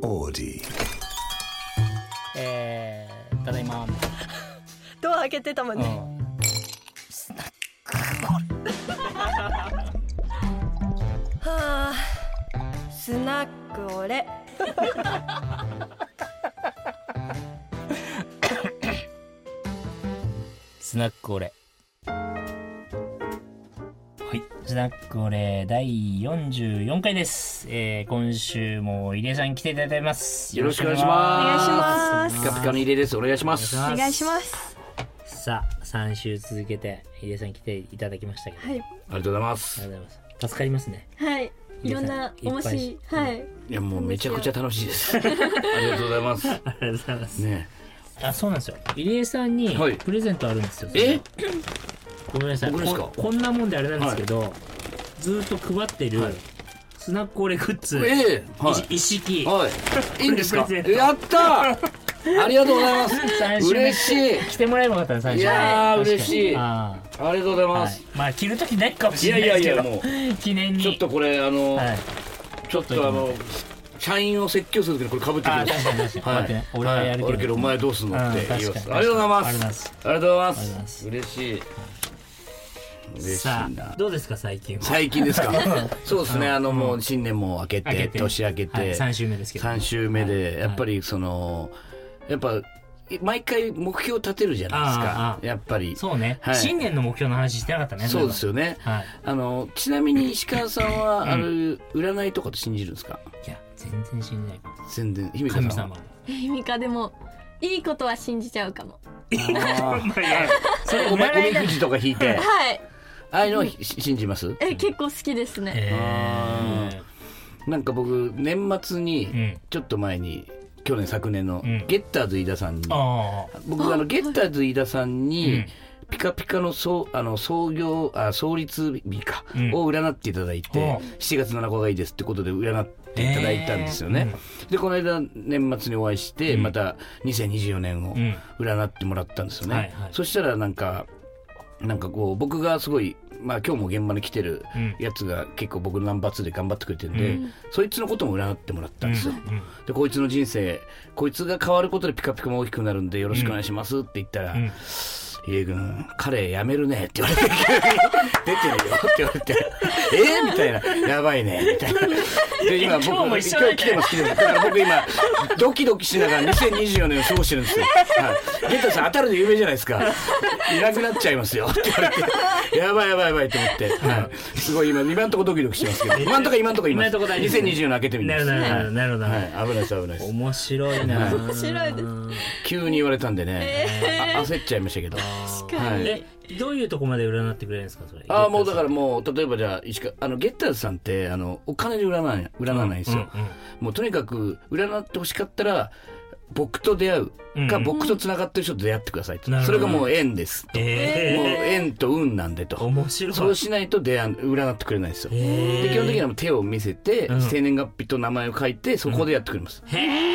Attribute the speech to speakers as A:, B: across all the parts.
A: melody.
B: えー、ただいま、みたい
C: ドア開けてたもん
B: な。
C: ね、
B: うん
C: はあスナックオレ
B: スナックオレ。はい。スナックオレ第44回です。えー、今週も入江さん来ていただいてます。
D: よろしくお願いし
C: ま
D: ますす。ピカピカの入れです。お願いします。
B: お。
C: お願いしますす
B: さあ、3週続けて入江さん来ていただきましたけど、あ
C: はい
D: ありがとうございます
B: り。がとうございます。助かりますね。
C: はいいろんな面白
B: いっ
C: い
B: ぱい
C: はい
D: いや、もうめちゃくちゃ楽しいです。ありがとうございます。
B: ありがとうございます。
D: ね
B: あ、そうなんですよ。入江さんに
D: はい
B: プレゼントあるんですよ。
D: え。え
B: ごめんなさい。
D: 僕ですか
B: ここんなもんであれなんですけど、ずーっと配ってる、
D: はい
B: スナックオレグッズ、
D: え
B: い
D: はい。
B: 一式、
D: はい。いいんですか
B: プレゼント
D: やったーありがとうございます
B: 三。種目
D: 嬉しい。
B: 着てもらえばよかったの最初。
D: いや
B: 確か
D: ー
B: に
D: 嬉しい
B: あ
D: ありがとうござい
B: ー
D: ま
B: は
D: す。
B: い、まあ着る時ないかもしれない
D: い
B: で
D: や
B: す
D: い
B: け
D: や
B: ど
D: いやも
B: 記念に
D: ちょっとこれ、あの
B: は、い、
D: ちょっとあの、社員を説教するときにこれ被ってく
B: あー
D: る。
B: 確かに確かに、待ってね俺
D: は
B: はいやるけど,、
D: 俺けどお前どうすんのって言います。ありがとうござい
B: ありがとうござ
D: ま
B: います
D: す。ありがとうございま。
B: ありがとうございますす
D: 嬉しい。嬉しい
B: さ
D: な
B: あ。どうですか最近は
D: 最近です かそうですねあのもう新年も明け
B: 明け
D: て
B: て
D: 年明け
B: はい
D: て
B: 三週目ですけど
D: 3週目でやっぱ
B: り
D: りそのやっぱ毎回目標立てるじゃないです
B: あーあ
D: か
B: ー
D: やっぱり
B: そうね、
D: はい
B: 新年の目標の話してなかったね
D: そうです
B: よ
D: よね
B: はい
D: あのちなみに石川さんはある占いとかと信じるんですか
B: いや全然信じない
D: 全然姫香
B: 神
D: さんは
B: 様
C: えミカでもいいことは信じちゃうかも
D: あ ー
B: それ
D: お前お
B: 占い
D: み
B: だ
D: くじとか引いて
C: はい
D: ああいうのをひ信じます
C: え結構好きですね
B: えー
D: なんか僕年末
B: う
D: に
B: ん
D: ちょっと前に去年昨年の
B: うん
D: ゲッターズ飯田さんに
B: あ
D: 僕あのゲッターズ飯田さん
B: う
D: に、
B: ん
D: ピカピカのそうあの創業あ創立日か、
B: うん
D: を占っていただいて、
B: ほう
D: 7月7日がいいですってことで占っていただいたんですよね、
B: え
D: でこの間年末にお会いして、
B: うん
D: また2024年を
B: あうん
D: 占ってもらったんですよね、
B: はいはい
D: そしたらなんかなんかこう僕がすごい、まあ、今日も現場に来てる
B: うん
D: やつが結構僕のナンバー2で頑張ってくれてるんで、
B: う
D: そいつのことも占ってもらったんですよ、
B: うん
D: でこいつの人生こいつが変わることでピカピカも大きくなるんでよろしくお願いしますって言ったら「
B: うん
D: 家、君彼辞めるね」って言われて「 出てるよ」って言われて 「えー、みたいな「やばいね」みたいな。で今僕
B: 今日も一緒だ
D: 今
B: ね
D: 日来てます来てますだから僕今ドキドキしながら2024年を過ごしてるんですよ、はい、ゲッタさん当たるで有名じゃないですかいなくなっちゃいますよって言われてやばいやばいやばいと思って、はい、すごい今今んとこドキドキしてます けど今んとこ今んとこ今
B: 今んとこ大丈夫です
D: 2024年開けてみ
B: な
D: ま
B: る
D: す
B: ほどなるほどなるほどな
D: は
B: る
D: い、危ないです危ないで
B: ほど
D: す
B: 面白いな
C: 面白いです
D: 急に言われたんでね、あ焦っちゃいましたけど
C: 確かに、
D: は
B: えどういうとこまで占ってくれるんですかそれ
D: ああもうだからもう例えばじゃあ石川あのゲッターズさんってあのお金で占わない占わないんですよ、
B: うんうん
D: もうとにかく占ってほしかったら僕と出会うか、
B: うんうん
D: 僕とつながってる人と出会ってくださいと
B: なるほ
D: そ
B: ど
D: れがもう縁ですと、もう
B: え
D: 縁と運なんで
B: ー
D: と
B: 面白い
D: そうしないと出会う占ってくれないんですよ
B: えー
D: で基本的にはもう手を見せて
B: うん
D: 生年月日と名前を書いてそこでやってくれます、
B: へー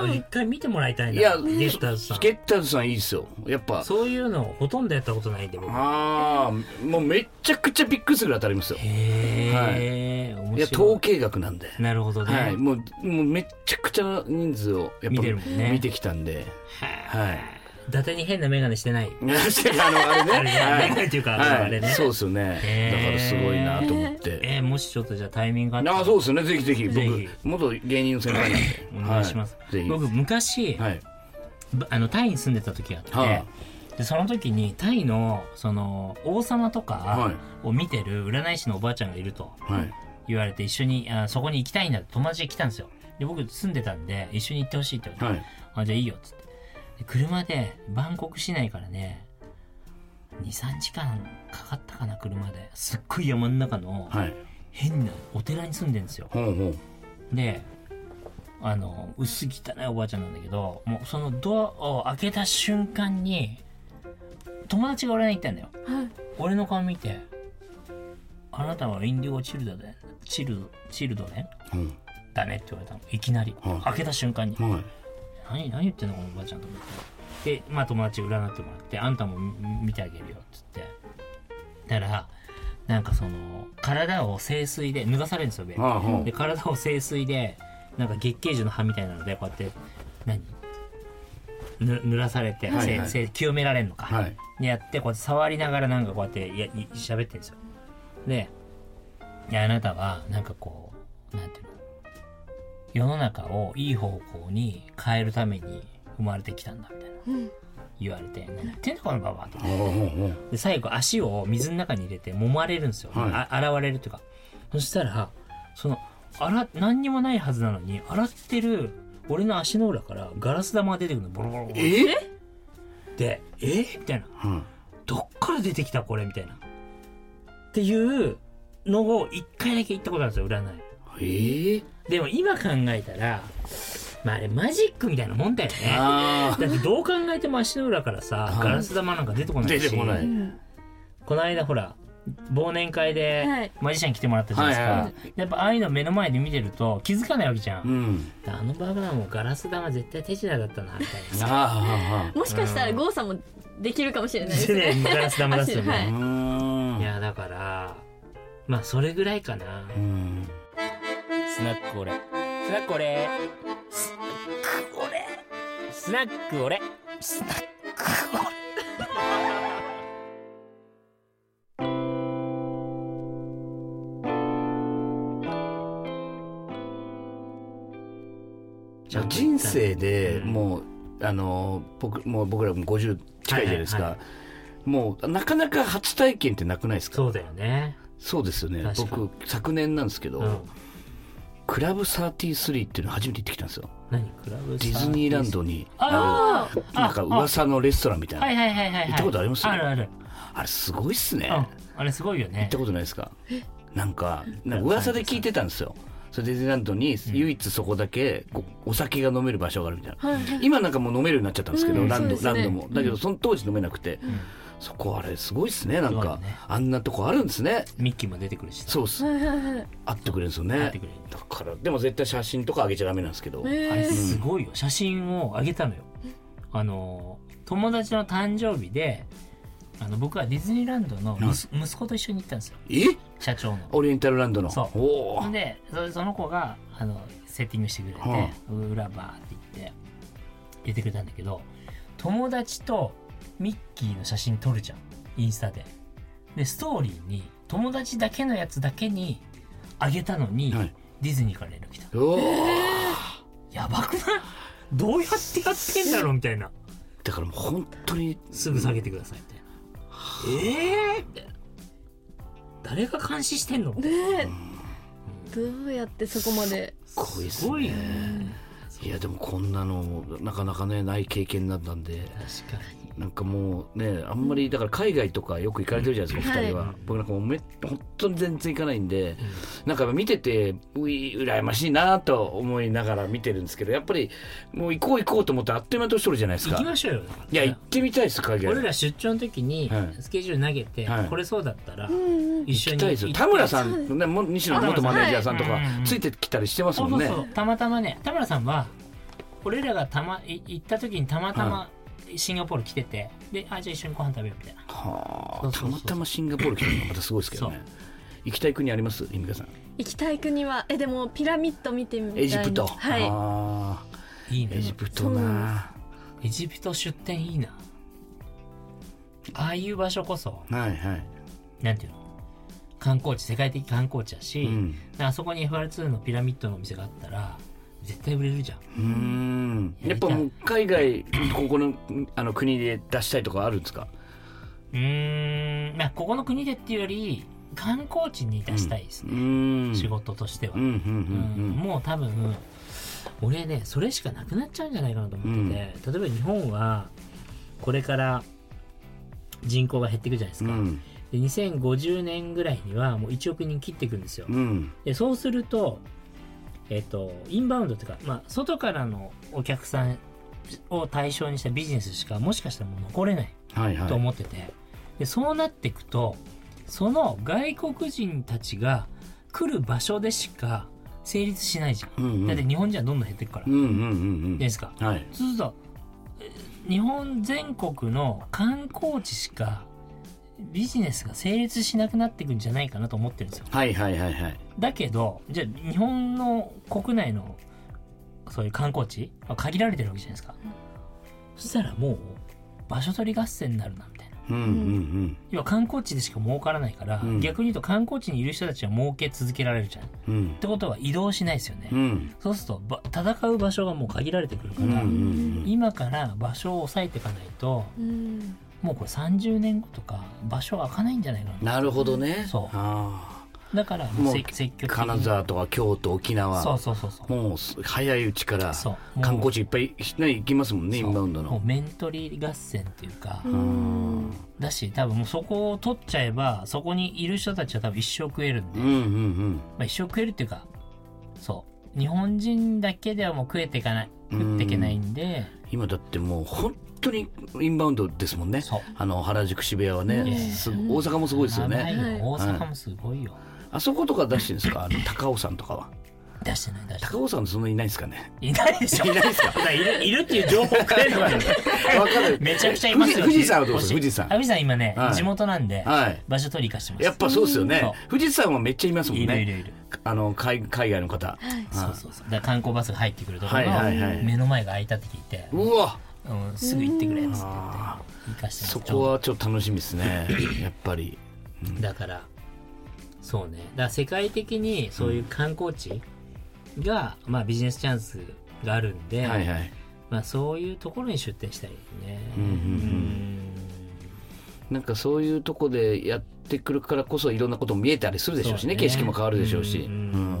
D: はい
B: あ一回見てもらいたいない
D: や
B: ゲスターズさん
D: ゲッターズさんいいですよやっぱ
B: そういうのほとんどやったことないんで僕
D: ああもうめちゃくちゃびっくりするぐらい当たりますよ
B: へえ、面白い。
D: いや統計学なんで、
B: なるほどね。
D: はい、もうもうめちゃくちゃな人数をやっぱ
B: 見てるもんね
D: 見てきたんで はい
B: 伊達に変なメガネしてない。
D: いやあのあれね
B: あれね
D: は
B: メガネっていうかあれね
D: そうですよ
B: へ
D: ね
B: ー
D: だからすごいなと思って
B: えー、もしちょっとじゃあタイミングがあった
D: ああそうですよねぜひぜひ
B: ぜ
D: 僕
B: ひ
D: 元芸人の先輩なんで
B: お願いします
D: は。い、ぜひ
B: 僕、昔、
D: はい
B: ばあの、タイに住んでた時があって、
D: は
B: で、その時に、タイの、その、王様と
D: は
B: かを見てる占い師のおばあちゃんがいると
D: はい
B: 言われて、一緒にあ、そこに行きたいんだって友達が来たんですよ。で、僕住んでたんで、一緒に行ってほしいって言われて、
D: は
B: あ、
D: い
B: じゃあいいよ、っつって。で車で、バンコク市内からね、2、3時間かかったかな、車で。すっごい山の中の、
D: はい
B: 変なお寺に住んでんですよ。
D: ほうほう
B: で、あの、薄汚いおばあちゃんなんだけど、もうそのドアを開けた瞬間に、友達が俺に言ったんだよ。
C: はい
B: 俺の顔見て、あなたはインディゴチルドで、チルド、チルドね
D: うん
B: だねって言われたの。いきなり。
D: はい
B: 開けた瞬間に。
D: はい
B: 何何言ってんのこのおばあちゃんと思ってでまあ友達占ってもらってあんたも見てあげるよっつってだからなんかその体を清水で脱がされるんですよベッド
D: はあはあ
B: で体を清水でなんか月桂樹の葉みたいなのでこうやって何ぬ濡らされて、
D: はいはい
B: せせ清められんのか、
D: はい
B: でやってこうやって触りながらなんかこうやってやい喋ってるんですよでいやあなたはなんかこうなんていうの世の中をいい方向に変えるために生まれてきたんだみたいな、言われて何言ってんのこのババアと
D: おうおうおう
B: で最後足を水の中に入れて揉まれるんですよ、
D: はい
B: あ洗われるというかそしたらその洗何にもないはずなのに洗ってる俺の足の裏からガラス玉が出てくるのボロボロボロっ
D: え
B: て
D: え
B: みたいな
D: うん
B: どっから出てきたこれみたいなっていうのを一回だけ言ったことあるんですよ占い
D: え
B: でも今考えたらまああれマジックみたいなもんだよね
D: あ
B: だってどう考えても足の裏からさ、
D: はい
B: ガラス玉なんか出てこ
D: あ
B: ないし
D: 出てこない
B: この間ほら忘年会
C: は
B: で
C: い
B: マジシャン来てもらったじゃないですか、
D: はいはいは
B: やっぱああいうの目の前で見てると気づかないわけじゃ、
D: うんん
B: あのババアもガラス玉絶対手品だったなみたいな さ
D: ああああ
C: もしかしたら郷さんもできるかもしれないです
B: で
C: ね
B: ねガラス玉出すよね、
C: はい
D: ああうー ん
B: い、やだからまあそれぐらいかな
D: うん
B: スナックオレスナックオレスナックオレスナックオレスナックオレ
D: じゃあ人生でもう、あの僕もう僕らも50近いじゃないですか、
B: はいはい
D: もうなかなか初体験ってなくないですか
B: そうだよね
D: そうですよね
B: 確かに
D: 僕昨年なんですけど、
B: うん
D: クラブ33っていうの初めて行ってきたんですよ
B: 何クラブ
D: ディズニーランドにあ
B: あ
D: の
B: あ
D: なんか噂のレストランみたいな、
B: はいはいはいはいはい
D: 行ったことあります
B: るある
D: あれすごいっすね、
B: うんあれすごいよ
D: 行
B: ね
D: ったことないですかなんかなんか噂で聞いてたんですよそれでディズニーランドに唯一そこだけこうお酒が飲める場所があるみたいな、
C: はいはい
D: 今なんかもう飲めるようになっちゃったんですけど、
C: うん
D: ランド、
C: そうです
D: ラ
C: ね
D: ンドもだけどその当時飲めなくて、そこあれすごいっすねなん
B: そうだ
D: か、
B: ね
D: あんなとこあるんですね
B: ミッキーも出てくるし
D: そうっす、
C: はいはいはい
D: 会ってくれるんですよ
B: 会っ
D: ね
B: てくれる
D: だからでも絶対写真とかあげちゃダメなんですけど、
C: え
B: あれ
C: ー
B: すごいよ写真をあげたのよあの友達の誕生日であの僕はディズニーランドの息息子と一緒に行ったんですよ
D: え
B: 社長の
D: オリエンタルランドの
B: そう
D: おー
B: でそその子があのセッティングしてくれて、裏バーって言って入れてくれたんだけど友達とミッキーの写真撮るじゃんインスタででストーリーに友達だけのやつだけにあげたのに、
D: はい
B: ディズニーから連絡来た
D: おー
B: やばくないどうやってやってんだろうみたいな
D: だからもう本当に
B: すぐ下げてくださいみたいなええー、みたいな誰が監視してんの
C: ねえどうやってそこまです
D: ごいっ
B: す
D: す
B: ごい
D: ね
B: よね
D: いやでもこんなのなかなかねない経験だったんで
B: 確かに
D: なんかもうねあんまりだから海外とかよく行かれてるじゃないですか、お二人は、
B: はい
D: 僕なんかもうめ本当に全然行かないんで、なんか見ててうい羨ましいなと思いながら見てるんですけどやっぱりもう行こう行こうと思ってあっという間に年取るじゃないです
B: 行
D: か
B: きましょうよだから
D: いや行ってみたいです海
B: 俺
D: 外
B: ら出張の時に
D: はい
B: スケジュール投げて、
D: はい
B: これそうだったら
C: うん
B: 一緒
D: 行き
B: に
D: たいですよ田村さ、
C: そうん
D: ね、も西野の元マネージャーさんとか
B: はいうんうん
D: ついてきたりしてます
B: そう
D: も
B: そ
D: ん
B: う
D: ね
B: そうたまたまね田村さんは俺らがたまい行った時にたまたまシンガポール来てて、であじゃあ一緒にご飯食べようみたいな
D: は
B: そ
D: あ
B: う
D: た
B: そうそう
D: またまシンガポール来たのがまたすごいですけどね行きたい国ありますイミカさん
C: 行きたい国はえでもピラミッド見てみたいな
D: エジプト、
C: はい
D: あ
B: いい
D: ーエジ
B: ね
D: プトな
B: エジプト出店いいなああいう場所こそ
D: はいはい、
B: なんていうの観光地世界的観光地だし、
D: うん
B: あそこに FR2 のピラミッドのお店があったら絶対売れるじゃん
D: うーんやっぱもう海外ここのあの国で出したいとかあるんですか
B: うーんまあここの国でっていうより観光地に出したいです
D: う
B: ね、
D: ーん
B: 仕事としては、
D: うんうん
B: うんもう多分俺ねそれしかなくなっちゃうんじゃないかなと思ってて、例えば日本はこれから人口が減っていくじゃないです
D: うんうんう
B: か、
D: ん
B: で2050年ぐらいにはもう1億人切っていくんですよ、
D: うん
B: でそうすると,、えっとインバウンドというか、まあ、外からのお客さんを対象にしたビジネスしかもしかしたらもう残れない
D: はいはい
B: と思ってて、でそうなっていくとその外国人たちが来る場所でしか成立しないじゃん、
D: うんうん
B: だって日本人はどんどん減っていくから、
D: うんうんうん
B: ですか
D: うんはい
B: そうするとえ日本全国の観光地しかビジネスが成立しなくなっていくんじゃないかなと思ってるんですよ
D: はいはいはいはい
B: だけどじゃあ日本の国内のそういう観光地は限られてるわけじゃないですか、そしたらもう場所取り合戦になるなみたいな
D: うんうん
B: 要は観光地でしか儲からないから、
D: うん
B: 逆に言うと観光地にいる人たちは儲け続けられるじゃんっ
D: うんうん
B: てことは移動しないですよね、
D: うん
B: そうするとば戦う場所がもう限られてくるか
D: うんうんう
B: ら、
D: ん
B: 今から場所を抑えていかないと
C: うん
B: もうこれ30年後とか場所が開かないんじゃないかな
D: なるほどね
B: そう
D: あ
B: だから
D: も
B: も
D: う
B: う積積極
D: ー
B: 的に
D: 金沢とか京都沖縄
B: そうそうそうそう
D: もうす早いうちから
B: そう
D: 観光地いっぱいね行きますもんねインバウンド
B: もう
D: の
B: 面取り合戦っていうか、
D: うん
B: だし多分もうそこを取っちゃえばそこにいる人たちは多分一生食えるん
D: う
B: で、
D: んう
B: ま
D: ん
B: あ、一生食えるっていうかそう日本人だけではもう食えていかない
D: うん
B: 食っていけないんで、
D: 今だってもう本当にインバウンドですもんね
B: そう
D: あの原宿渋谷は
B: ね
D: ねす大阪もすごいですよ
B: やばいよ
D: ね
C: はい
B: 大阪もすごいよ、
D: あそことか出してるんですかあの高尾山とかは
B: 出してない出してな
D: 高尾山そんなにいないですか ね
B: いいないでしょいないですかいるいるっていう情報をくれるからね
D: わかる
B: めちゃくちゃいますよ
D: 富士富士山はどう
B: 欲
D: です
B: しい
D: 富士山
B: あ富士山今ね、
D: はい
B: 地元なんで、
D: はい
B: 場所取り行かしてます
D: やっぱそうですよ
B: うん
D: ね富士山はめっちゃいますもん
B: いるいる
D: ね
B: いる
D: あの海海外の方
B: そうそうそうだから観光バスが入ってくるところ
D: はいはいはい
B: 目の前が空いたって聞いて、
D: うわ
B: うん、すぐ行ってくれっつって言って
D: あ
B: 行かしてます
D: そこはちょっと楽しみで すねやっぱり
B: だからそうねだから世界的にそういう観光地が、まあ、ビジネスチャンスがあるんで、
D: はいはい
B: まあ、そういうところに出店したりね
D: うんうんうんなんかそういうとこでやってくるからこそいろんなことも見えたりするでしょうし
B: そ
D: ね
B: うね
D: 景色も変わるでしょうし、
B: うん
D: うん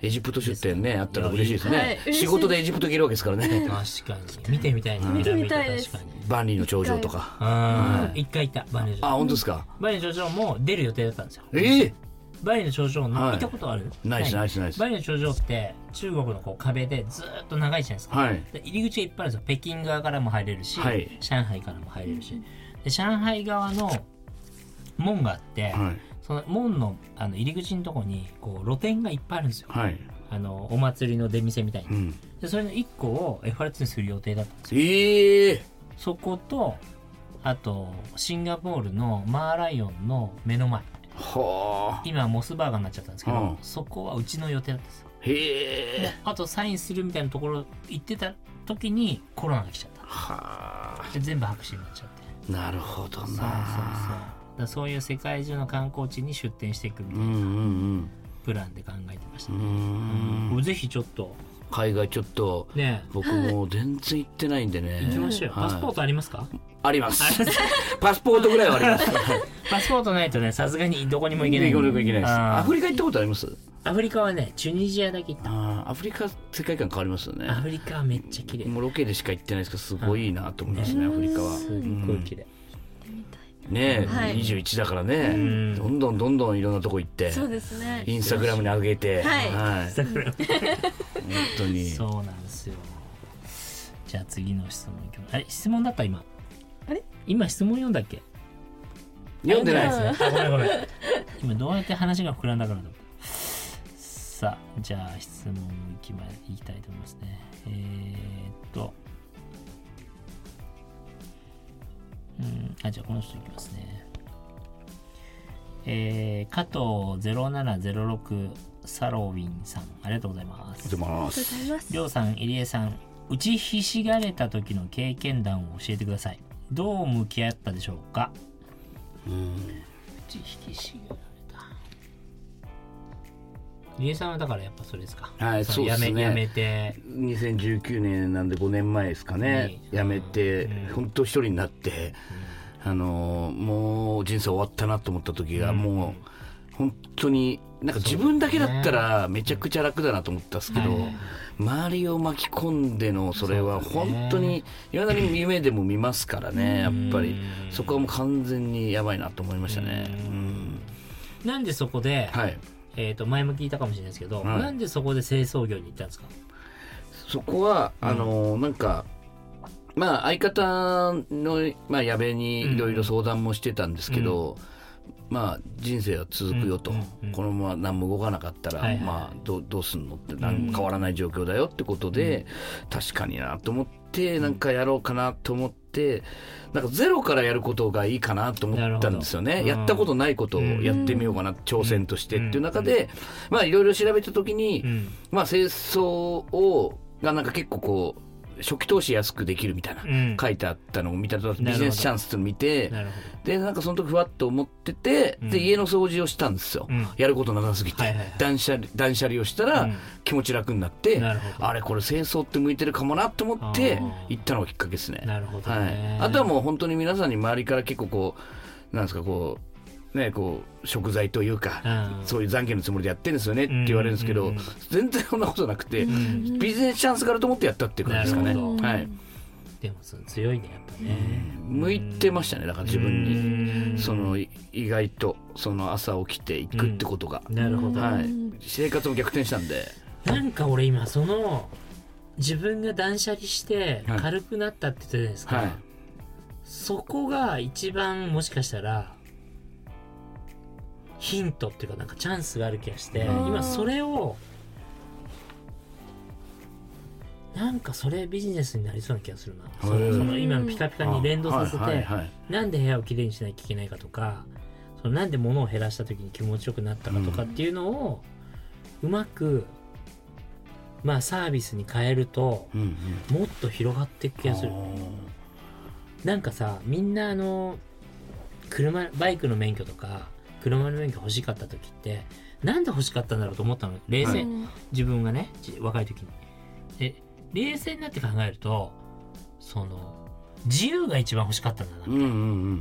D: エジプト出店ねあったら嬉しいです
C: いやいい
D: ね、
C: はい
D: 仕事でエジプト行けるわけですから
B: うん
D: ね
B: 確かに見てみたいね
C: 見てみたいです
B: 確かに
D: 万里の長城とか
B: あー一回行ったバリの頂
D: あ
B: 上
D: 本当ですか
B: バリの頂上も出る予定だったんですよ
D: ええ
B: バリの頂上の
D: はい
B: 行ったことある
D: ないですないですないです
B: バリの頂上って中国のこう壁でずーっと長いじゃないですか、
D: はい
B: で入り口がいっぱいあるんですよ北京側からも入れるし、
D: はい
B: 上海からも入れるしで上海側の門があって、
D: はい
B: その門のあの入り口のとこにこう露店がいっぱいあるんですよ
D: はい
B: あのお祭りの出店みたいに、
D: うん
B: でそれの1個を F2 にする予定だったんですよ
D: ええ
B: そことあとシンガポールのマーライオンの目の前
D: はあ
B: 今モスバーガーになっちゃったんですけど、
D: うん
B: そこはうちの予定だったんですよ
D: へえ
B: あとサインするみたいなところ行ってた時にコロナが来ちゃった
D: はあ
B: で全部白紙になっちゃって
D: なるほど
B: そうそうそうだ
D: な
B: からそういう世界中の観光地に出店していくみ
D: う
B: たいなん
D: うん
B: プランで考えてました、
D: うんうーん
B: ぜひちょっと
D: 海外ちょっと
B: ね
D: 僕もう全然行ってないんでね、
B: 行きましょうよ、
D: はい
B: パスポートありますか
D: あります
B: ありま
D: パスポートぐらいはあります
B: パスポートないとねさすがにどこにも行 けない
D: 英語力いけないです
B: あー
D: アフリカ行ったことあります
B: アフリカはねチュニジアだけ行った
D: あーアフリカ世界観変わりますよね
B: アフリカはめっちゃ綺麗
D: もうロケでしか行ってないですけどすごいいいなと思いますね、アフリカは
B: すっごい綺麗、
D: ねえ、
C: はい
D: 21だからね、
B: ん
D: どんどんどんどんいろんなとこ行って
C: そうですね
D: インスタグラムに上げて
C: はい
D: 本当 に
B: そうなんですよ。じゃあ次の質問いきます。あれ質問だった今。
C: あれ
B: 今質問読んだっけ
D: 読んでないですね
B: すね。あごめんごめん。 今どうやって話が膨らんだからと思った。さあ、じゃあ質問いき,、ま、いきたいと思いますね。えー、っと。うん、あ、じゃあこの人いきますね。えー、加藤0706サロウィンさん、ありがとうございます
D: 出。ま
C: ありがとうご
D: す
C: ざいます
B: りょうさん入江さん打ちひしがれた時の経験談を教えてくださいどう向き合ったでしょうか打ちひしがれた入江さんはだからやっぱそれですか
D: はい
B: その
D: そうっすね
B: やめやめて
D: 2019年なんで5年前ですかね、
B: うん
D: 辞めて、
B: うん
D: 本当一人になって、あのーもう人生終わったなと思った時が、
B: うん
D: もう本当になんか自分だけだったらめちゃくちゃ楽だなと思ったんですけど、
B: はいはい
D: 周りを巻き込んでのそれは
B: そうですね
D: 本当にいまだに夢でも見ますからねやっぱり
B: うん
D: そこはもう完全にやばいなと思いましたね。
B: う
D: うん
B: なんでそこで、
D: はい
B: えー、と前も聞いたかもしれないですけど、
D: はい
B: なんでそこで清掃業に行ったんですか
D: そこは、あのなんか、まあ、相方の、まあ、矢部にいろいろ相談もしてたんですけど、まあ、人生は続くよと、
B: うんうん
D: このまま何も動かなかったら、
B: はいはい
D: まあ、どうどうすんのって何も変わらない状況だよってことで、確かになと思ってなんかやろうかなと思ってなんかゼロからやることがいいかなと思ったんですよ
B: な
D: ね
B: るほど
D: やったことないことをやってみようかな、挑戦としてっていう中で、まあ、いろいろ調べた時に、
B: うん
D: まあ、清掃をがなんか結構こう、初期投資安くできるみたいな、
B: うん
D: 書いてあったのを見た
B: ほ
D: と、
B: ど
D: ビジネスチャンスっていうのを見て、
B: なるほ
D: で、なんかその時ふわっと思ってて、
B: うん
D: で、家の掃除をしたんですよ。
B: うん
D: やることなさすぎて、
B: はいはいはい
D: 断捨離、断捨離をした
B: ど。う
D: ら
B: ん、
D: 気持ち楽になって、
B: なるほど
D: あれこれ清掃って向いてるかもなと思って
B: あー、
D: 行ったのがきっかけですね。
B: なるほど
D: は
B: ね
D: い、。あとはもう本当に皆さんに周りから結構こうなんですかこうねこう食材というか、
B: うん
D: そういう懺悔のつもりでやってるんですよねって言われるんですけ
B: う
D: ど、
B: んうんうん
D: 全然そんなことなくて、
B: うん
D: ビジネスチャンスがあると思ってやったっていう感じですかね
B: なるほど
D: はい、
B: でもそう強いね、やっぱね。
D: 向いてましたねだから自分に、
B: に
D: そのい意外とその朝起きていくってことが、
B: なるほど。
D: はい、生活も逆転したんで
B: なんか俺今その自分が断捨離して
D: はい
B: 軽くなったって言ったじゃないですか、
D: はい
B: そこが一番もしかしたらヒントっていうかなんかチャンスがある気がして
D: うん
B: 今それをなんかそれビジネスになりそうな気がするなそのその今のピカピカに連動させて、
D: はいはいはい
B: なんで部屋をきれいにしなきゃいけないかとかそのなんで物を減らした時に気持ちよくなったかとかっていうのを、うまくまあサービスに変えると
D: うんうん、
B: もっと広がっていく気がするなんかさみんなあの車バイクの免許とか車の免許欲しかった時ってなんで欲しかったんだろうと思ったの冷
D: は
B: 静、
D: い
B: 自分がねち若い時にで冷静になって考えるとその自由が一番欲しかったんだな
D: うんうんう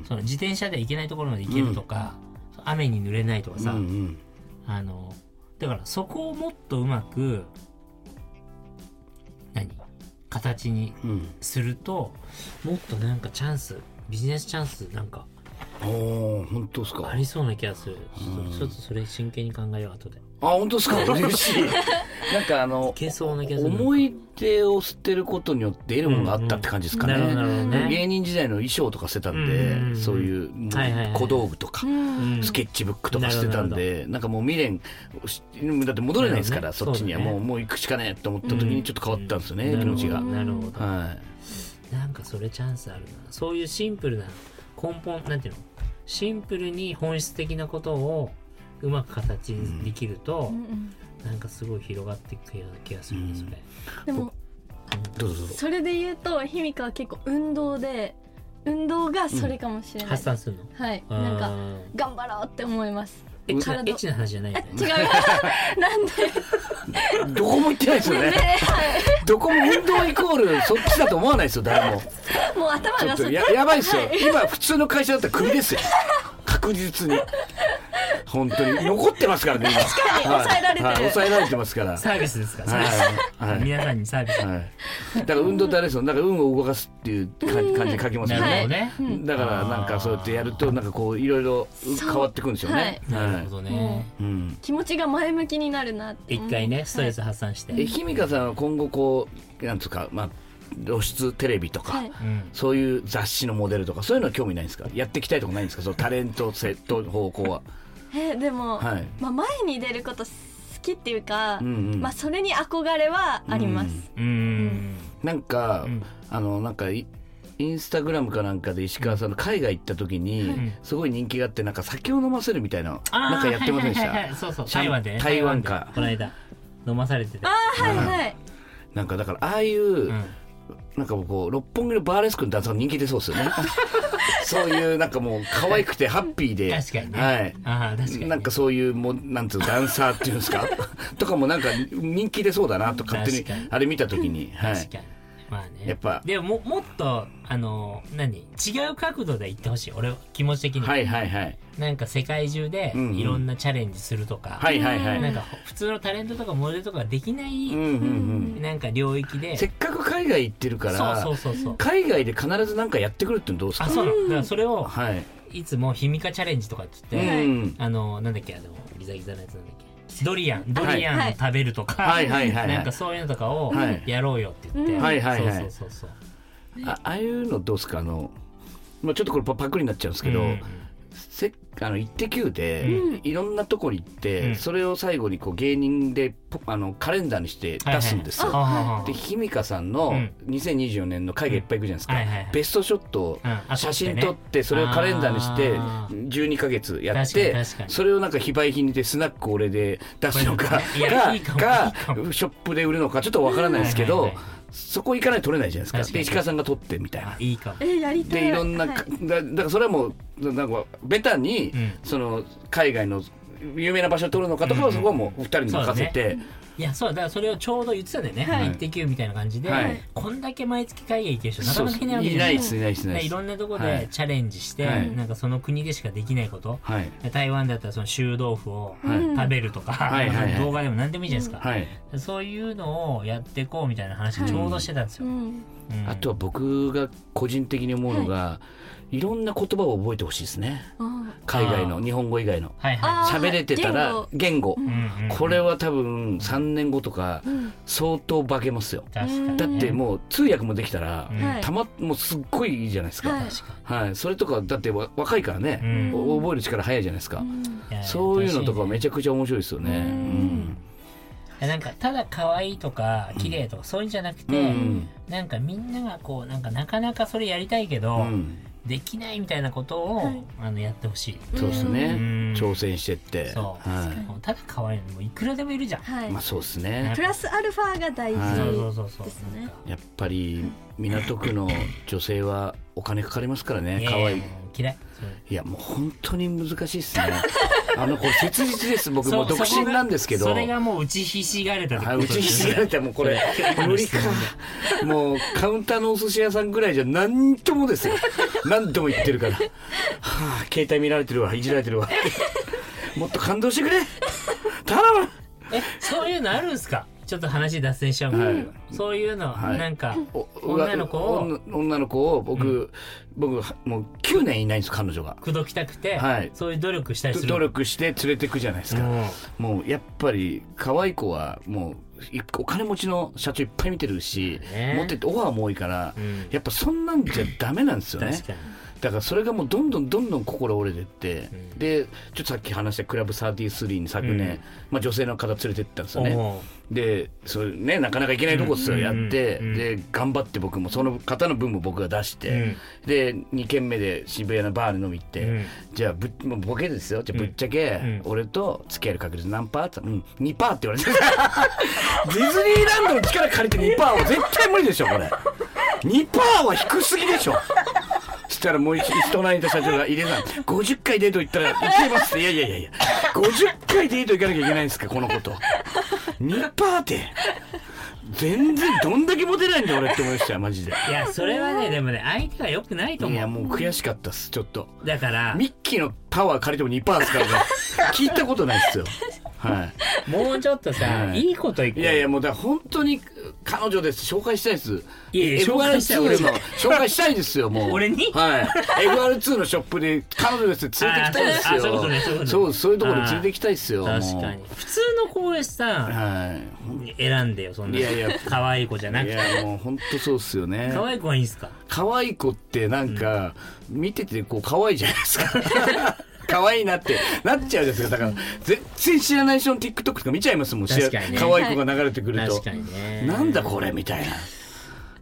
D: ん
B: その自転車で行けないところまで行けるとか、雨に濡れないとかさ、
D: うんうん
B: あのだからそこをもっとうまく何形に
D: うん
B: するともっとなんかチャンスビジネスチャンスなんか
D: おー本当ですか
B: ありそうな気がするちょっ
D: うん
B: とちょっとそれ真剣に考えよう後で
D: あ、本当ですか嬉しい。なんかあの、
B: けそうな気がする
D: 思い出を捨てることによって得るものがあったって感じですかね。
B: なるほどなるほどね、
D: 芸人時代の衣装とか捨てたん
B: うんうんう
D: で、
B: ん
D: そういうもう
B: はいはいはい
D: 小道具とか、
B: うん
D: スケッチブックとか捨てたん
B: なる
D: で、なんかもう未練、しだって戻れないですから、
B: なるほ
D: そ
B: ど
D: っ
B: ね
D: ちには
B: そうだ
D: も
B: ね
D: う、もう行くしかねえと思った時にちょっと変わったんですよね、
B: う
D: 気持ちが。
B: なるほどなるほど
D: は
B: なんかそれチャンスあるな。そういうシンプルな、根本、なんていうのシンプルに本質的なことをうまく形にできると、なんかすごい広がっていくような気がするね、
D: うん
B: それ。
A: でも
D: い。どうぞどうぞ。
A: それで言うとひみかは結構運動で運動がそれかもしれない、
B: 発散するの。
A: はい
B: あー
A: なんか頑張ろうって思います
B: エッチなエ
A: 体
B: ッチな話じゃないよね。
A: 違うなんで
D: どこも行ってないですよね。どこも運動イコールそっちだと思わないですよ、誰も。
A: もう頭
D: ちょ
A: が
D: っと
A: そっち
D: ややばいっすよ、今普通の会社だったらクビですよ確実に本当に残ってますからね今
A: 確かに抑えられてる
D: はいはい抑えられてますから
B: サービスですから、
D: はいはい
B: 皆さんにサービス。
D: はいだから運動ってあれですよなんか運を動かすっていうか感じで書きます
B: なるほ
D: よね
B: どね。
D: だからなんかそうやってやるとなんかこういろいろ変わってくるんですよね
B: なるほ
D: は
B: どね。
D: いうん
A: 気持ちが前向きになるなって
B: 一
A: 思う
B: 回ね、ストレス発散して。
D: えひみかさんは今後こうなんつうかまあ露出テレビとか、
A: はい
B: うん。
D: そういう雑誌のモデルとかそういうのは興味ないんですかやっていきたいとかないんですかそのタレントセット方向は
A: えーでも、
D: はい
A: まあ、前に出ること好きっていうか、
D: うんうん
A: まあ、それに憧れはあります、
B: うん。
D: なんか、
B: うん
D: あのなんかイインスタグラムかなんかで石川さんの海外行った時に、
B: ん
D: すごい人気があってなんか酒を飲ませるみたいな
B: あー
D: なんかやってませんでした、
B: はいはいはいはいそうそう。
D: シャン
B: 台湾でね。
D: 台湾か
B: でこの間、飲まされてた。
A: はいはい、
D: なんかだからああいう、
B: うん
D: なんかこう六本木のバーレスクのダンサー人気出そうで すよねそういうなんかもう可愛くてハッピーで
B: 確かにね。
D: はい
B: ああ、確かにね。
D: なんかそういうもうなんつうのダンサーっていうんで すかとかもなんか人気出そうだなと勝手に
B: 確かに
D: あれ見た時にはい
B: 確かに。まあね。
D: やっぱ
B: でも、ももっと、あの、何違う角度で言ってほしい。俺は、気持ち的に。
D: はいはいはい
B: なんか世界中で
D: うんうん
B: いろんなチャレンジするとか、
D: はいはいはい
B: なんか普通のタレントとかモデルとかができな
D: うん
B: い、
D: うんうん
B: なんか領域で。
D: せっかく海外行ってるから
B: そうそうそうそう。
D: 海外で必ず何かやってくるってのどうですか
B: あ、そうなの。だからそれを、
D: はい。
B: いつもひみかチャレンジとかって言って、
D: うん。
B: あの、なんだっけ、あの、ギザギザのやつなんだっけ。ドリアン、ドリアンを食べるとか、
D: はいはいはいはい
B: なんかそういうのとかを
D: はい
B: やろうよって言って、
A: うん
D: はいはいはい
B: そうそうそうそう。
D: あああいうのどうですかあの、まあ、ちょっとこれパパクリになっちゃうんですけど、
B: うん
D: せっあのイッテ Q で、
A: うん
D: いろんなとこに行って、
B: うん
D: それを最後にこう芸人でポあのカレンダーにして出すんですよ。
B: あはは
D: でひみかさんの
B: うん
D: 2024年の会がいっぱい行くじゃないですか、
B: はいはいはい
D: ベストショットを
B: うんあ
D: 写真
B: 撮
D: 撮
B: っ
D: って
B: ね
D: てそれをカレンダーにして
B: あ
D: 12か月やっ
B: 確かに
D: て
B: 確かに
D: それをなんか非売品でスナック俺で出すのか
B: いや
D: が
B: いいかもい
D: が
B: いか
D: ショップで売るのかちょっとわからないですけ
B: はい
D: ど
B: はいはい
D: そこ行かないと撮れないじゃないで
B: 確
D: す
B: か
D: か
B: に
D: で石川さんが撮ってみたいな
B: あ。いいかも
A: えやりたい
D: でいろんな
A: はい
D: かだだからそれはもうなんかベタに
B: うん
D: その海外の有名な場所を撮るのかとか
B: う
D: は
B: ん
D: そこはもう2人に任せて
B: いやそうだからそれをちょうど言ってたんだよね「
A: はい
B: イッテ Q!」みたいな感じで、
D: はい
B: こんだけ毎月海外行ける人なか
D: そう
B: な
D: そ
B: かい
D: う
B: ないわけ
D: い
B: じゃ
D: な
B: ないい
D: ですいないですいない
B: で
D: で
B: い
D: す
B: ろんなとこ
D: は
B: で
D: い
B: チャレンジして、
D: はい
B: なんかその国でしかできないこと、
D: はい
B: 台湾だったらその臭豆腐を
D: はい
A: うん
B: 食べるとか、
D: はいはいはい
B: 動画でも何でもいいじゃないですか、
D: はい
B: そういうのをやっていこうみたいな話ちょうどしてたんです
A: う
B: よ、
A: ん
B: うん
D: あとは僕が個人的に思うのが、い、ろんな言葉を覚えてほしいですね
A: あ
D: 海外
B: あ
D: の日本語以外の
B: はいは
A: あー
D: 喋れてたら言語、
B: い、うんうん
D: これは多分3年後とか
A: ーうん
D: 相当化けますよ
B: 確かに、
D: だってもう通訳もできたら、
B: うん
A: はい
D: たまもうすっごいいいじゃないですか、
A: は
D: はいい
B: 確か
D: それとかだってわ若いから
B: に、
D: ね、
B: うん
D: お覚える力早いじゃないですか、
A: うん
B: いや
D: そういうのと
B: 確
D: か
B: にね
D: めちゃくちゃ面白いですよね、
A: う
D: うんん
B: いやなんかただ可愛いとか綺麗とか、そういうんじゃなくて、
D: うん
B: なんかみんながこうなんかなかなかそれやりたいけど、
D: うん
B: できないみたいなことを、
A: はい
B: あのやってほしい、
D: そうですね、
B: うん
D: 挑戦してって
B: そう、
D: は、
B: ただ可愛いのもういくらでもいるじゃん、
A: はいい
D: まあそうですね
A: プラスアルファが大事
D: はい
B: そうそうそうそう
A: ですね
B: なんか
D: やっぱり港区の女性はお金かかりますからね可愛い
B: やや嫌いそう
D: いやもう本当に難しいですね あのこれ切実です僕
B: そ
D: も
B: う
D: う独身なんですけど
B: それがもう打ちひしがれたってこ
D: は
B: と
D: い打ちひしがれたもうこ れ無理かもうカウンターのお寿司屋さんぐらいじゃ何ともですよ何とも言ってるからはあ携帯見られてるわいじられてるわ もっと感動してくれ頼む
B: えそういうのあるんすかちょっと話脱線しちゃう
D: はい
B: うんそういうの、
D: はい
B: なんか
D: お
B: 女の子を
D: 女女の子を僕、僕もう9年いないんです彼女が
B: 口説きたくて、
D: はい
B: そういう努力したりする
D: 努力して連れてくじゃないです
B: う
D: か、
B: ん
D: もうやっぱり可愛い子はもういお金持ちの社長いっぱい見てるし、
B: ね
D: 持ってってオファーも多いから、
B: うん
D: やっぱそんなんじゃダメなんですよね
B: 確かに
D: だからそれがもうどんどんどんどん心折れてって、
B: うん
D: でちょっとさっき話したクラブ33に昨年、
B: うん
D: まあ、女性の方連れてったんですよね
B: おう
D: でそれねなかなか行けないとこっすよ、
B: うん
D: やって、
B: うん
D: で頑張って僕もその方の分も僕が出して、で2軒目で渋谷のバーに飲み行って、
B: うん
D: じゃあぶっもうボケですよじゃあぶっちゃけ、
B: うん
D: 俺と付き合える確率何パーって言ったらうん2パーって言われ てディズニーランドの力借りて2パーは絶対無理でしょこれ2パーは低すぎでしょそしたらもう一隣にいた社長が入れさん50回デート行ったら行けますっていやいやいやいや50回デート行かなきゃいけないんですかこのこと2パーって全然どんだけモテないんだよ俺って思いましたよマジで
B: い やそれはねでもね相手が良くないと
D: い
B: 思
D: や
B: う
D: もう悔しかったっすちょっと
B: だから
D: ミッキーのパワー借りても2パーですからね聞いたことないですよは
B: もうちょっとさ、
D: はい
B: い、いこと言っ
D: い
B: て
D: いやいやもうだから本当に彼女です紹介したいです
B: いやいや
D: FR2
B: 紹介したい
D: の紹介したいですよもう
B: 俺に
D: はい FR2 のショップで彼女ですって連れてきたいです
B: あーそうあそういうことねそういうこと
D: よ
B: ね
D: そうそういうところに連れてきたいですよ
B: 確かに
D: も
B: 普通の子で
D: う
B: さ
D: は
B: 選んでよそんない
D: やいや
B: 可愛い子じゃないく
D: い
B: て
D: やもう本当そうっすよね
B: 可愛い子はいいんすか
D: 可愛い子ってなんか見ててこう可愛いじゃないですか 可愛いなってなっちゃうじゃないですかだから全然知らない人の TikTok とか見ちゃいますもん知ら
B: 確かにね
D: 可愛い子が流れてくると
B: 確かにね
D: なんだこれみたいな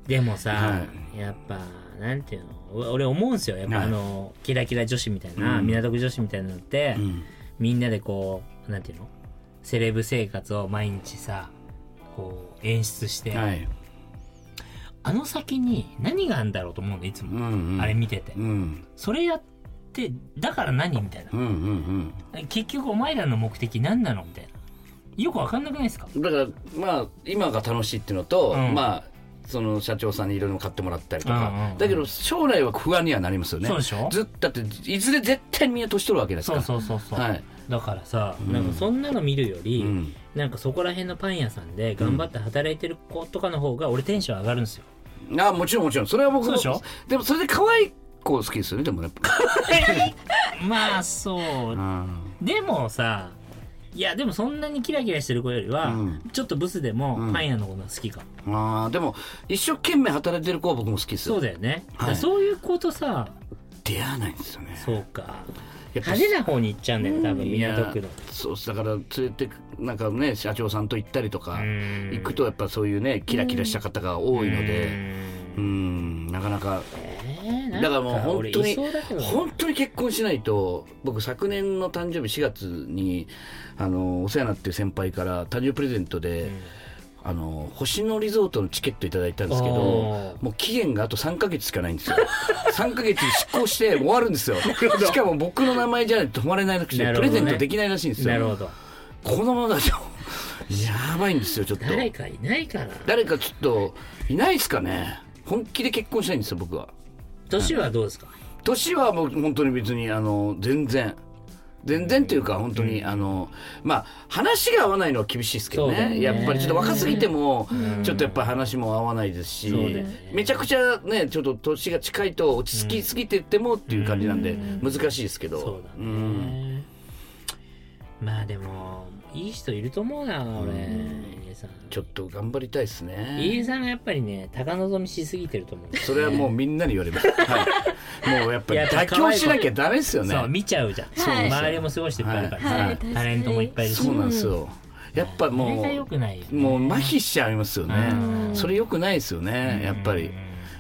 B: でもさ、
D: は
B: やっぱなんていうのお俺思うんすよやっぱ、
D: はい
B: あのキラキラ女子みたいな、
D: うん
B: 港区女子みたいなのって、
D: うん
B: みんなでこうなんていうのセレブ生活を毎日さこう演出して、
D: はい
B: あの先に何があるんだろうと思うのいつ
D: う
B: も、
D: んうん
B: あれ見てて、
D: うん
B: それやってだから何みたいな
D: うんうん
B: 結局お前らの目的何なのみたいなよく分かんなくないですか
D: うんだからまあ今が楽しいっていうのと、
B: うん
D: まあその社長さんにいろいろ買ってもらったりとか、
B: うんうんうん
D: だけど将来は不安にはなりますよね
B: そうでしょ
D: ずっだっていずれ絶対みんな年取るわけですか
B: そう
D: ら
B: そうそうそう、
D: はい
B: だからさ、
D: うん
B: なんかそんなの見るより、
D: うん
B: なんかそこら辺のパン屋さんで頑張って働いてる子とかの方が俺テンション上がるんですよ、
D: あもちろんもちろんそれは僕も
B: そうでしょ
D: でもそれで可愛い子好きですよねでもね
B: まあそう
D: うん
B: でもさいやでもそんなにキラキラしてる子よりは、
D: うん
B: ちょっとブスでも
D: うん
B: パン屋の子が好きかも、
D: あーでも一生懸命働いてる子は僕も好きです
B: そう
D: よ
B: だよね、
D: はい
B: だからそういう子とさ
D: 出会わないんですよね
B: そうか
D: やっぱ
B: 派手な方に行っちゃうんだよ多分
D: いや
B: 港区の
D: そうだから連れてなんかね社長さんと行ったりとか
B: うん
D: 行くとやっぱそういうねキラキラした方が多いのでう
B: うんん
D: なかなか
B: えーな
D: だ
B: ん
D: からもう本
B: 俺
D: 当に
B: いそうだけどね
D: 本当に結婚しないと僕昨年の誕生日4月にあのお世話になってる先輩から誕生日プレゼントで、あの星野リゾートのチケットいただいたんですけど
B: あー
D: もう期限があと3ヶ月しかないんですよ 3ヶ月執行して 終わるんですよしかも僕の名前じゃないと泊まれないらしくて、
B: なる
D: プ
B: ほ
D: レ
B: どね
D: ゼントできないらしいんですよ
B: なるほど
D: このままだとやばいんですよちょっと
B: 誰かいないかな
D: 誰かちょっといないですかね本気で結婚したいんですよ僕は
B: 年はどうですか
D: 年はもう本当に別にあの全然全然っていうか本当に、あのまあ話が合わないのは厳しいですけど
B: そうだ
D: ね
B: よね
D: やっぱりちょっと若すぎても、ちょっとやっぱ話も合わないですし、
B: そうだよね
D: めちゃくちゃねちょっと年が近いと落ち着きすぎてってもっていう感じなんで、難しいですけど
B: そうだ
D: ん
B: ねまあでもいい人いると思うな俺入江さん
D: ちょっと頑張りたいですね
B: 入江さんがやっぱりね高望みしすぎてると思う
D: それはもうみんなに言わ れます。はい、もうやっぱり
B: いや
D: 妥協しなきゃダメですよ
B: そう
D: ね。
B: 見ちゃうじゃん
A: はい
B: 周りもすごい人いっぱいいるから
A: はい
B: さ
A: 確かに
B: タレントもいっぱいいるし
D: そうなんですよ。やっぱ
B: それ
D: も
B: が良くないよ
D: う、
B: ね
D: もう麻痺しちゃいますよね
B: う。
D: それ良くないですよね、やっぱり。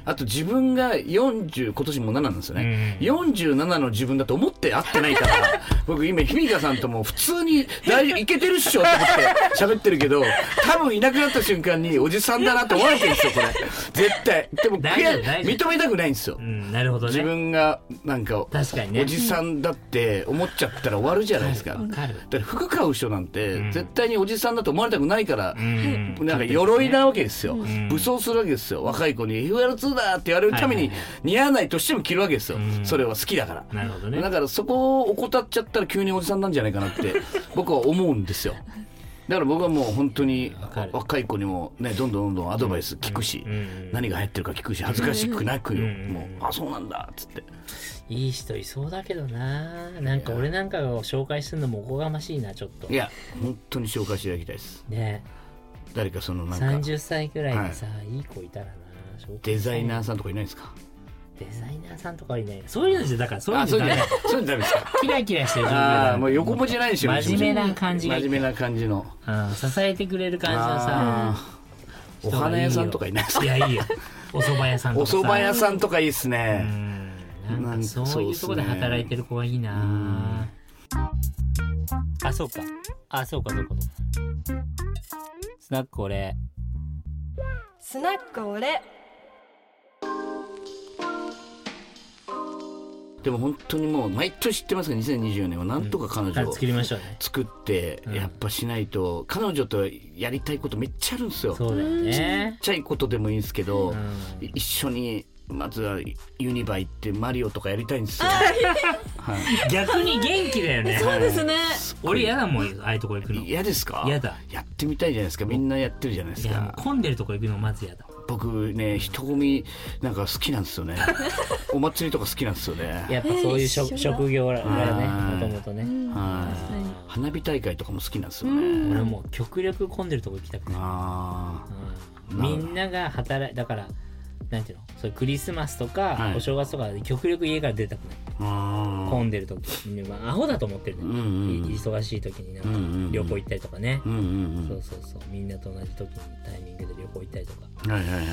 D: あと自分が40、今年もう7なんですよね。47の自分だと思って会ってないから、 僕今、ひみかさんとも普通に大丈夫、いけてるっしょって思って喋ってるけど、多分いなくなった瞬間におじさんだなと思われてるんですよ、これ。絶対。でも、
B: 大丈夫大
D: 悔
B: 丈
D: い
B: 夫
D: 認めたくないんですよ
B: う。んなるほど
D: 自
B: ね
D: 分がなんか
B: 確かにね
D: おじさんだって思っちゃったら終わるじゃないですか。
B: わかる
D: だって服買う人なんて
B: うん
D: 絶対におじさんだと思われたくないから、
B: うん
D: なんか鎧なわけですよ、
B: ん
D: 武装するわけですよ若い子に FR2 だって言われるため
B: はい
D: に
B: はい
D: 似合わないとしても着るわけですよ、
B: うん
D: それは好きだから、
B: なるほどね
D: だからそこを怠っちゃったら急におじさんなんじゃないかなって 僕は思うんですよだから僕はもう本当に
B: わかる
D: 若い子にもねどんどんどんどんアドバイス聞くし、
B: うん
D: 何が入ってるか聞くし恥ずかしくなくよ、
B: うん
D: もうあそうなんだっつって
B: いい人いそうだけどななんか俺なんかを紹介するのもおこがましいなちょっと
D: いや本当に紹介していただきたいです
B: ね
D: 誰かそのなんか
B: 30歳くらいでさ、い、い子いたらな紹介
D: デザイナーさんとかいないですか
B: デザイナーさんとかはいないそういうのじゃだからそういう
D: あ
B: のじ
D: そう
B: ゃ
D: い
B: ダ
D: うの
B: メ
D: そういうのダメですか
B: キラキラしてる状況
D: あ
B: だ
D: あもう横文字ないでしょ
B: 真面目な感じがいい
D: 真面目な感じの
B: うん支えてくれる感じのさ
D: あーお花屋さんとかいないですか
B: いやいいよお蕎麦屋さんと
D: お
B: かさ
D: 蕎麦屋さんとかいいです
B: う
D: ね
B: んなんかそういうとこで働いてる子がいいな、あそうかあそうかそうかそうかスナック俺
C: スナックオレ
D: でも本当にもう毎年知ってますが2024年はなんとか彼女
B: あ
D: を
B: 作りましょうね
D: 作って
B: うん
D: やっぱしないと彼女とやりたいことめっちゃあるんですよちっ
B: そうだよね
D: ちゃいことでもいいんですけど、
B: うん
D: 一緒にまずはユニバ行ってマリオとかやりたいんですよ。はい
B: 逆に元気だよ ね
A: そうですね
B: 俺嫌だもんああいうとこ行くのい
D: 嫌ですか
B: 嫌だ
D: やってみたいじゃないですかみんなやってるじゃないです
B: やもう
D: か
B: 混んでるとこ行くのまず嫌だ
D: 僕ね人混みなんか好きなんですよねお祭りとか好きなんですよね
B: やっぱそういう
A: えー
B: 職
A: 一緒だ
B: 職業だ
D: はい
B: ねもともとね
D: はい花火大会とかも好きなんですよね
B: 俺もう極力混んでるとこ行きたくない
D: あ
B: うんみんなが働いだからなんていうのそういうクリスマスとか、
D: はい
B: お正月とかで極力家から出たくない、
D: ーあー
B: 混んでる時に、まあ、アホだと思ってるね、
D: うんうん
B: い忙しい時になんか
D: うんうんうん
B: 旅行行ったりとかね、
D: うんうん
B: そうそうそうみんなと同じ時にタイミングで旅行行ったりとか
D: うんはいはいはい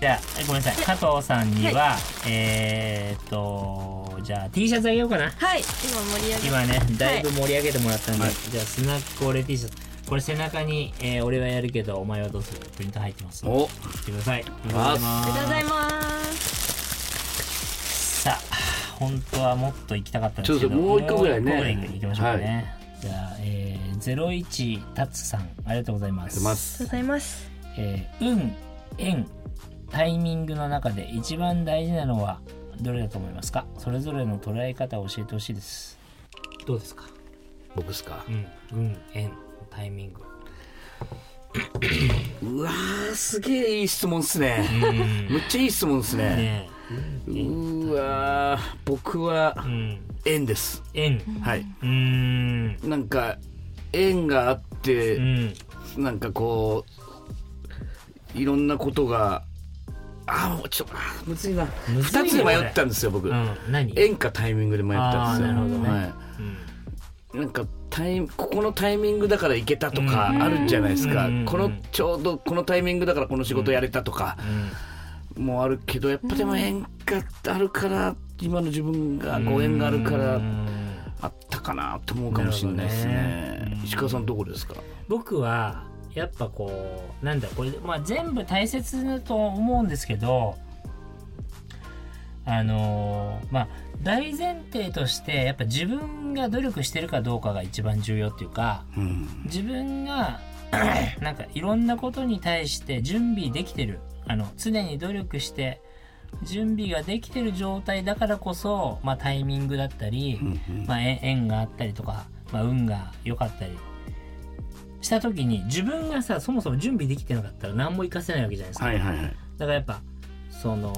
B: じゃあえごめんなさい加藤さんには、えー、っとじゃあ T シャツあげようかな
C: はい今盛り上げ
B: 今ねだいぶ盛り上げてもらったんで、じゃあスナックオレ T シャツこれ背中に、えー俺はやるけどお前はどうするプリント入ってます
D: お
B: ってください。ありがとう
D: ござい
C: あ
B: ま
C: りがとうございます
B: す。さあ、本当はもっと行きたかったんですけど、
D: ちょっともう一個ぐらいね
B: もう一個ぐらい行きましょうかね。じゃあ、えー、ゼロ一たつさん、ありがとうございます。
D: ありがとうござい
C: あり
D: ま
C: がとうございます
B: えー運、縁、タイミングの中で一番大事なのはどれだと思いますか。それぞれの捉え方を教えてほしいです。どうですか。
D: 僕ですか
B: うん、運、縁、タイミング。
D: うわーすげえいい質問っすね
B: うん
D: むっちゃいい質問っすね
B: ね
D: うーわー僕
B: え、
D: は
B: うん、
D: 縁です
B: 縁、
D: はい
B: うん、
D: なんか縁があって、
B: うん。
D: なんかこういろんなことがあーもうちょっとあーむずいな
B: むずい
D: 2
B: ね
D: つで迷ったんですよ僕、
B: うん、何
D: 演歌タイミングで迷ったんですよ
B: あーなるほどね
D: はい
B: うん
D: なんかタイミここのタイミングだから行けたとか
B: うん
D: あるじゃないですか、
B: うん
D: このちょうどこのタイミングだからこの仕事やれたとかもあるけどやっぱでも演歌あるから今の自分が
B: うん
D: ご縁があるか
B: う
D: ら
B: ん
D: あったかなと思うかもしれないですね
B: なるほどね
D: 石川さんどこですか
B: 僕はやっぱこうなんだこれ、まあ、全部大切だと思うんですけどあのーまあ大前提としてやっぱ自分が努力してるかどうかが一番重要っていうか
D: うん
B: 自分が なんかいろんなことに対して準備できてるあの常に努力して準備ができてる状態だからこそ、まあ、タイミングだったり、
D: うん
B: まあ、え縁があったりとか、まあ、運が良かったりした時に自分がさそもそも準備できてなかったら何も活かせないわけじゃないですか、
D: はいはいはい
B: だからやっぱその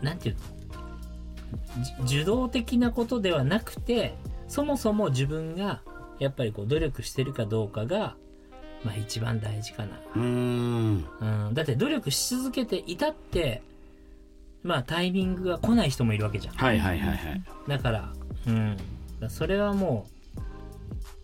B: なんていうのじ受動的なことではなくてそもそも自分がやっぱりこう努力してるかどうかが、まあ、一番大事かな
D: うーん
B: うん、だって努力し続けていたって、まあタイミングが来ない人もいるわけじゃん。
D: はいはいはいはい
B: だから、うん。だからそれはもう、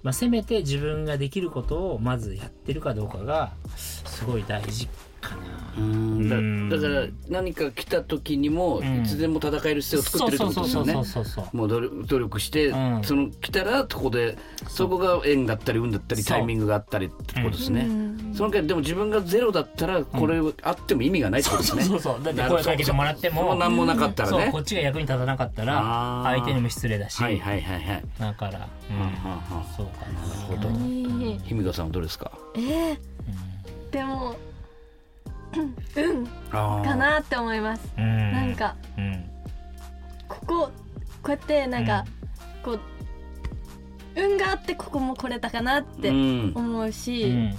B: まあせめて自分ができることをまずやってるかどうかが、すごい大事か
D: う
B: な。
D: んだ
B: うん
D: だから何か来た時にも
B: うん
D: いつでも戦える姿勢を作ってるってことですよね
B: そうそうそうそうそう。
D: もう努力努力して、
B: うん
D: その来たらそこでそこが縁だったり運だったり
B: そう
D: タイミングがあったりってことですね、
A: うん
D: その間でも自分がゼロだったらこれあっても意味がないってことですね、
B: そうそう。だって声かけてもらって
D: そ
B: も、
D: う何もなかったら
B: そう
D: ね
B: こっちが役に立たなかったら
D: あ、ー
B: 相手にも失礼だし、
D: はいはいはいはい、
B: だから、うん
D: はんはんはん
B: そうかな。
D: なるほど
A: いい
D: ひみかさんはどうですか
A: えーでもうん
D: あー
A: かなって思います
B: うん。うん
A: なん、か
B: うん。
A: こここうやってなんか、こう運があってここも来れたかなっ
D: う
A: て
D: ん、
A: 思う
B: う
A: し、
B: ん、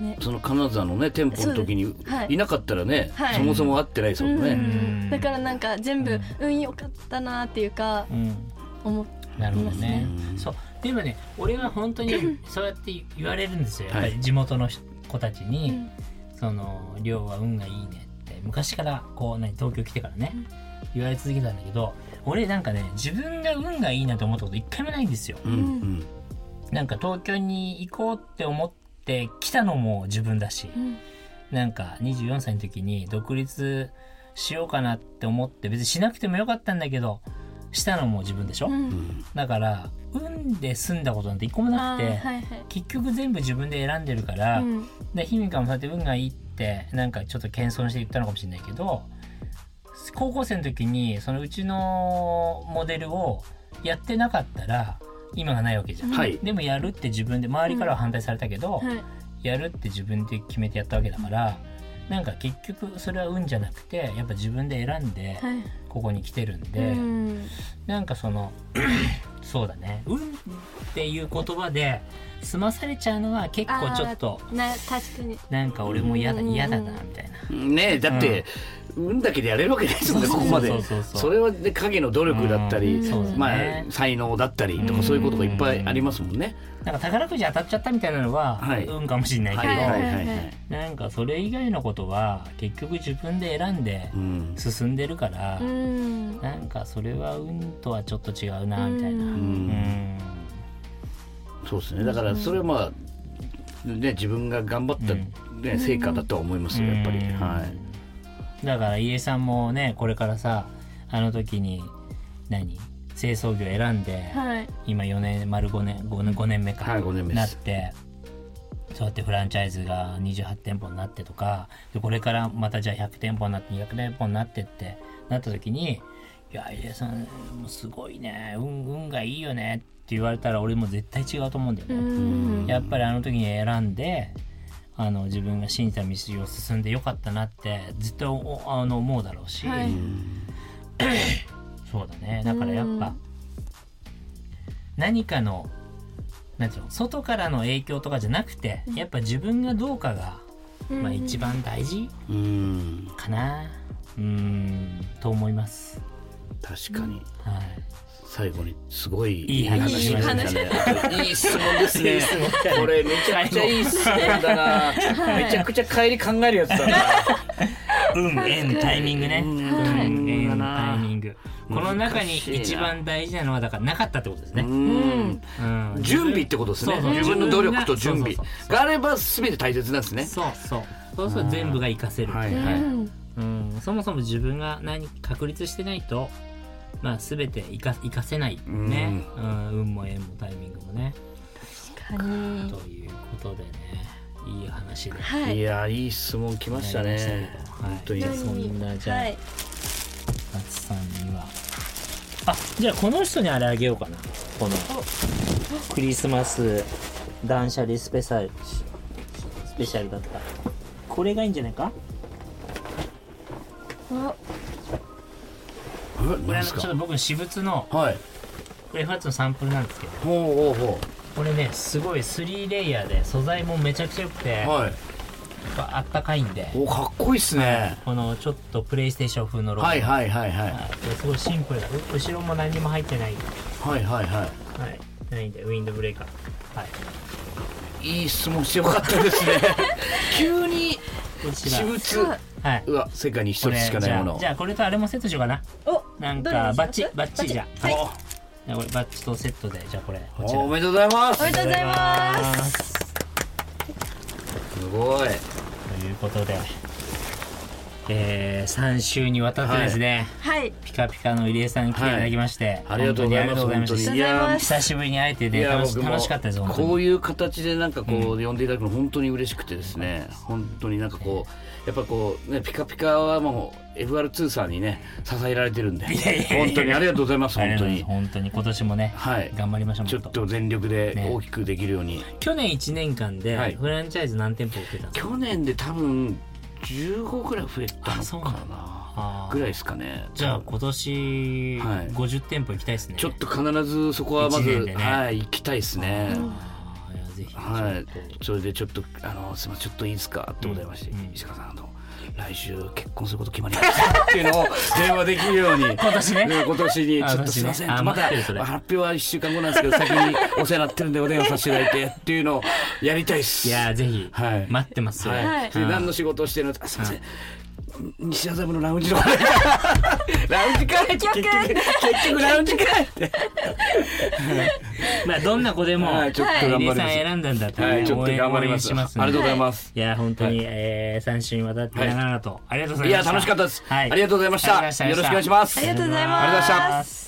A: ね
D: その金沢のね店舗の時に
A: すはい
D: いなかったらね、
A: はい
D: そもそも会ってないですもん
A: う
D: ね、
A: んだからなんか全
B: う
A: 部
B: ん
A: 運良かったなっていうか
B: うん。
A: 思っ
B: なるほどね
D: う。ん
B: そうでもね俺は本当にそうやって言われるんですよやっぱ
D: は
B: り地元の子たちに、
A: うん
B: その「亮は運がいいね」って昔からこう何東京来てからね言われ続けたんだけど俺なんかね自分が運がいいなと思ったこと一回もないんですよ。
D: うんうん
B: なんか東京に行こうって思って来たのも自分だし。
A: うん
B: なんか24歳の時に独立しようかなって思って別にしなくてもよかったんだけどしたのも自分でしょ、
A: うん
D: うん
B: だから運で済んだことなんて一個もな
A: あ
B: く
A: ー
B: て、
A: はいはい
B: 結局全部自分で選んでるから、
A: うん
B: でひみかもそうやって運がいいってなんかちょっと謙遜して言ったのかもしれないけど高校生の時にそのうちのモデルをやってなかったら今がないわけじゃん。
D: はい
B: でもやるって自分で周りからは反対されたけど、
A: はい
B: やるって自分で決めてやったわけだからなんか結局それは運じゃなくてやっぱ自分で選んで
A: はい
B: ここに来てるんで、
A: うん
B: なんかその そうだね運っていう言葉で済まされちゃうのは結構ちょっと
A: あーな確かに
B: なんか俺も嫌だ
A: うん
B: 嫌だなみたいな。
D: ねえだって、運だけでやれるわけないですもんねここまで
B: そうそうそう
D: それはね影の努力だったり、
B: うんそうだね
D: まあ才能だったりと
B: うん
D: かそういうことがいっぱいありますもんね。
B: なんか宝くじ当たっちゃったみたいなのは、
D: はい
B: 運かもしれないけ
D: は
B: ど、
D: いはい
A: は
D: はいい
A: は
D: はいい。
B: なんかそれ以外のことは結局自分で選んで
D: うん。
B: 進んでるから、
A: うん
B: なんかそれは運とはちょっと違うなみたいな。
A: う
B: うんん
D: そうですね。だからそれはまあね自分が頑張ったね成果だとは思いますよやっぱり。
B: うん
D: はい。
B: だから家さんもねこれからさあの時に何清掃業選んで、
A: はい
B: 今4年丸5年5年5年目か、
D: はい5年目で
B: なっ
D: す。
B: てそうやってフランチャイズが28店舗になってとかでこれからまたじゃあ100店舗になって200店舗になってってなった時に「いや入江さんもうすごいね運運がいいよね」って言われたら俺も絶対違うと思うんだよ
A: う
B: ね。
A: ん
B: やっぱりあの時に選んであの自分が信じた道を進んでよかったなってずっとおあの思うだろうし、
A: はい
B: そうだねだからやっ
A: う
B: ぱ
A: ん
B: 何かのなんていうの外からの影響とかじゃなくてやっぱ自分がどうかが、まあ、一番大事
D: うん
B: かなうんと思います。
D: 確かに
B: はい
D: 最後にすごい
B: いい話
D: いい話でしたね。いい質問ですね。これめちゃくちゃいい質問だな。めちゃくちゃ帰り考えるやつだな。
B: 運、縁、タイミングね。
D: うん
B: 運、縁、タイミング。この中に
D: 難しいな
B: 一番大事なのは、だからなかったってことです
D: う
B: ね。
D: ん。
B: うん
D: 準備ってことですね
B: そうそう。
D: 自分の努力と準備
B: そうそう
D: があれば全て大切なんですね。
B: そうそう。そうすると全部が活かせる。
D: はい
A: うん
D: はい。
B: うん、そもそも自分が何確立してないと、まあ、全て生か生かせないね、うん運も縁もタイミングもね。
A: 確かに
B: ということでねいい話で
A: はい
D: やいい質問来ましたね。本当に。
B: はいそんなじゃあ
A: はい
B: 松さんにはあじゃあこの人にあれあげようかなこのクリスマス断捨離スペシャルスペシャルだったこれがいいんじゃないかこ
A: お
D: え
B: れあ
D: 何で
B: のち
D: す
B: ょっ
D: か
B: と。僕の私物の
D: はい。
B: これ F8 のサンプルなんですけど
D: ほうほうほ
B: これねすごい3レイヤーで素材もめちゃくちゃ良くて、
D: う。はい。
B: やっぱあったかいんで
D: おかっこいいっすね。
B: このちょっとプレイステーション風のロゴ、
D: はいはいはいはい。
B: はいですごいシンプルなう後ろも何にも入ってない
D: はいはいは
B: はいないんでウィンドブレーカーはい
D: い。いい質問してよかっ たですね。急に
B: こち
D: 私
B: ら
D: 物。
B: はいう
D: わ、世界に一つしかないもの。
B: じゃあじゃあこれとあれもセットしようかな
A: お
B: なん
A: どれ
B: か
A: にします
B: バッチバッチじゃあ
D: お
B: じゃあこれバッチとセットでじゃあこれこちら
D: おめでとうございます
A: おめでとうございます
B: す
D: すご
B: と
D: い
B: いうことでえー、3週にわたってですね、
A: はい
B: ピカピカの入江さんに来ていただきまして、
D: ありがとうござ
B: 本当にあ
D: います
B: りがとうございまし
A: 本当
B: た
A: に
D: いや
A: ありがとうございます
B: 久しぶりに会えて
D: い
B: ね
D: や
B: 楽し
D: 僕も
B: 楽しかったです本当に
D: こういう形でなんかこう、呼んでいただくの本当に嬉しくてですね本当になんかこうやっぱこうねピカピカはもう FR2 さんにね支えられてるんで
B: やいやいや
D: 本当にありがとうございます
B: ありが
D: 本
B: と
D: 当
B: うござい
D: に
B: ます本当に今年もね、
D: はい
B: 頑張りましょう
D: ちょっと全力で大きくできるように、
B: 去年1年間で
D: はい
B: フランチャイズ何店舗受けたんですか、
D: 去年で多分15ぐらい増えた
B: あそ
D: の
B: うな
D: か
B: んだあー
D: なぐらいですかね
B: じゃあ今年
D: はい
B: 50店舗行きたいですね、
D: ちょっと必ずそこはま
B: 一年
D: ず、
B: でね
D: はい行きたいですね、
B: あーいやぜひ
D: はい
B: ちょっと、
D: それでちょっと、あの、すみません、ちょっといいですかってことでまして、
B: うん
D: 石川さん、あの、来週結婚すること決まり ましたっていうのを電話できるように。今
B: 年ね
D: 今年に、
B: あ
D: ちょっとすみません、
B: 私ねあ
D: ま
B: 待
D: た
B: ってるそ
D: 発
B: れ
D: 表は一週間後なんですけど、先にお世話になってるんでお電話させていただいてっていうのをやりたいっす。
B: いやーぜひ
D: はい
B: 待ってますよ、
D: はい。
A: はい
D: で何の仕事をしてるのあすいません。西麻布のラウンジのラウンジかい結局結局ラウンジかいって
B: まあどんな子でも
D: はいちょっと頑張ります
B: さん選んだんだったら、ね
D: はいちょっ
B: 応
D: と
B: 援
D: 頑張り
B: 応
D: ま
B: 援
D: す
B: します
D: ありがとうござい
B: い
D: ます
B: いやー本当に、
D: は
B: えー、3週にわたって長々と、ありがとうござ
D: い
B: いま
D: や
B: した
D: 楽しかったです、ありがとうございましたよろしくお願いします
A: ありがとうござい
D: ありがとうございま
A: ます
B: す